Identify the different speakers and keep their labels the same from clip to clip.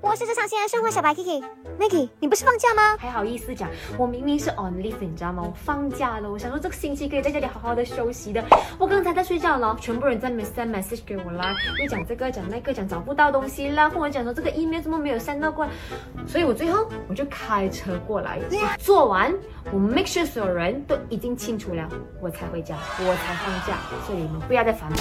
Speaker 1: 我是职场新人生活小白 Kiki，Maggie，你不是放假吗？
Speaker 2: 还好意思讲，我明明是 on leave，你知道吗？我放假了，我想说这个星期可以在家里好好的休息的。我刚才在睡觉了，全部人在 mess send message 给我啦，又讲这个讲那个，讲找不到东西啦，或者讲说这个 email 怎么没有 send 到过来，所以我最后我就开车过来，我做完，我 make sure 所有人都已经清楚了，我才回家，我才放假，所以你们不要再烦我，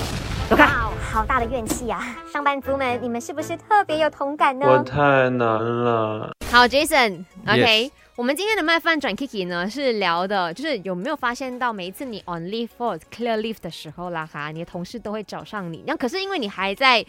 Speaker 2: 走开。
Speaker 1: 哇哦，好大的怨气啊！上班族们，你们是不是特别有同感呢？
Speaker 3: 我太难了。
Speaker 4: 好，Jason，OK，、
Speaker 3: Yes
Speaker 4: 我们今天的麦饭转 Kiki 呢，是聊的，就是有没有发现到每一次你 on leave for clear leave 的时候啦哈，你的同事都会找上你，那可是因为你还在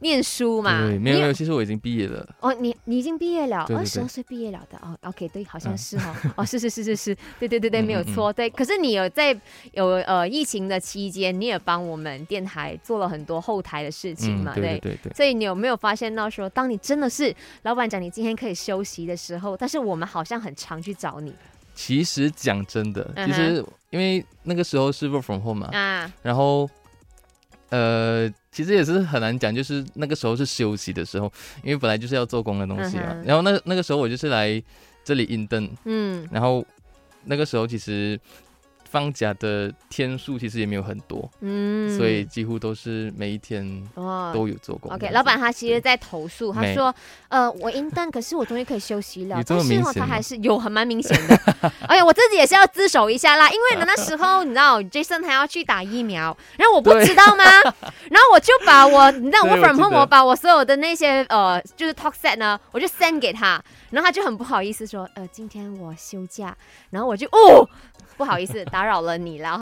Speaker 4: 念书嘛，
Speaker 5: 对，没有
Speaker 4: 因
Speaker 5: 没
Speaker 4: 为
Speaker 5: 有，其实我已经毕业了。
Speaker 4: 哦，你你已经毕业了，
Speaker 5: 对对
Speaker 4: 二
Speaker 5: 对
Speaker 4: 十二岁毕业了的哦，OK，对，好像
Speaker 5: 嗯
Speaker 4: 是哦，哦，是是是是是，对对对对，
Speaker 5: 嗯嗯
Speaker 4: 没有错，对。可是你有在有呃疫情的期间，你也帮我们电台做了很多后台的事情
Speaker 5: 嗯
Speaker 4: 嘛，，
Speaker 5: 对对对对。
Speaker 4: 所以你有没有发现到说，当你真的是老板讲你今天可以休息的时候，但是我们好像很常去找你
Speaker 5: 其实讲真的，
Speaker 4: 嗯哼
Speaker 5: 其实因为那个时候是 work from home 嘛，
Speaker 4: 啊？
Speaker 5: 然后呃，其实也是很难讲，就是那个时候是休息的时候，因为本来就是要做工的东西嘛。
Speaker 4: 嗯哼
Speaker 5: 然后那那个时候我就是来这里 intern，
Speaker 4: 嗯
Speaker 5: 然后那个时候其实放假的天数其实也没有很多，
Speaker 4: 嗯，
Speaker 5: 所以几乎都是每一天
Speaker 4: 哦。
Speaker 5: 都有做工这
Speaker 4: OK，
Speaker 5: 样子。
Speaker 4: 老板他其实在投诉，他
Speaker 5: 没
Speaker 4: 说，呃，我 intern，可是我终于可以休息了
Speaker 5: 有，这
Speaker 4: 但
Speaker 5: 么
Speaker 4: 是
Speaker 5: 明
Speaker 4: 哦，他
Speaker 5: 显吗
Speaker 4: 还是有很蛮明显 的。而且我自己也是要自首一下啦，因为呢那时候你知道 Jason 还要去打疫苗，然后我不
Speaker 5: 对
Speaker 4: 知道吗？然后我就把我你知道
Speaker 5: 对
Speaker 4: work
Speaker 5: 我
Speaker 4: from
Speaker 5: 记
Speaker 4: home，
Speaker 5: 得
Speaker 4: 我把我所有的那些呃就是 talk set 呢，我就 send 给他，然后他就很不好意思说，呃，今天我休假，然后我就哦不好意思打扰了你了。